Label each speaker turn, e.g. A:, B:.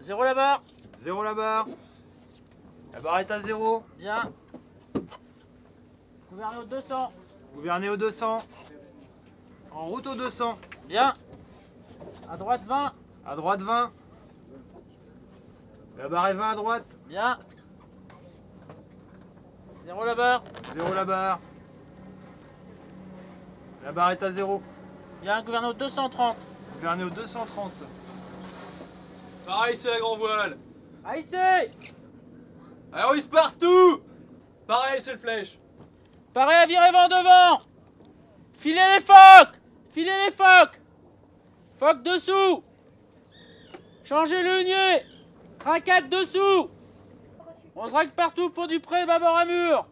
A: Zéro la barre.
B: Zéro la barre. La barre est à zéro.
A: Bien. Gouverner au 200.
B: Gouverner au 200. En route au 200.
A: Bien. À droite 20.
B: À droite 20. La barre est 20 à droite.
A: Bien. Zéro la barre.
B: Zéro la barre. La barre est à zéro.
A: Bien. Gouverner au 230.
B: Gouverner au 230.
C: Pareil, c'est la grand voile.
A: À ici.
C: Aéroïs partout Pareil, c'est le flèche.
A: Paré à virer vent devant Filez les phoques Filez les phoques Phoque dessous Changez le nier Trincade dessous On se règle partout pour du pré bâbord à mur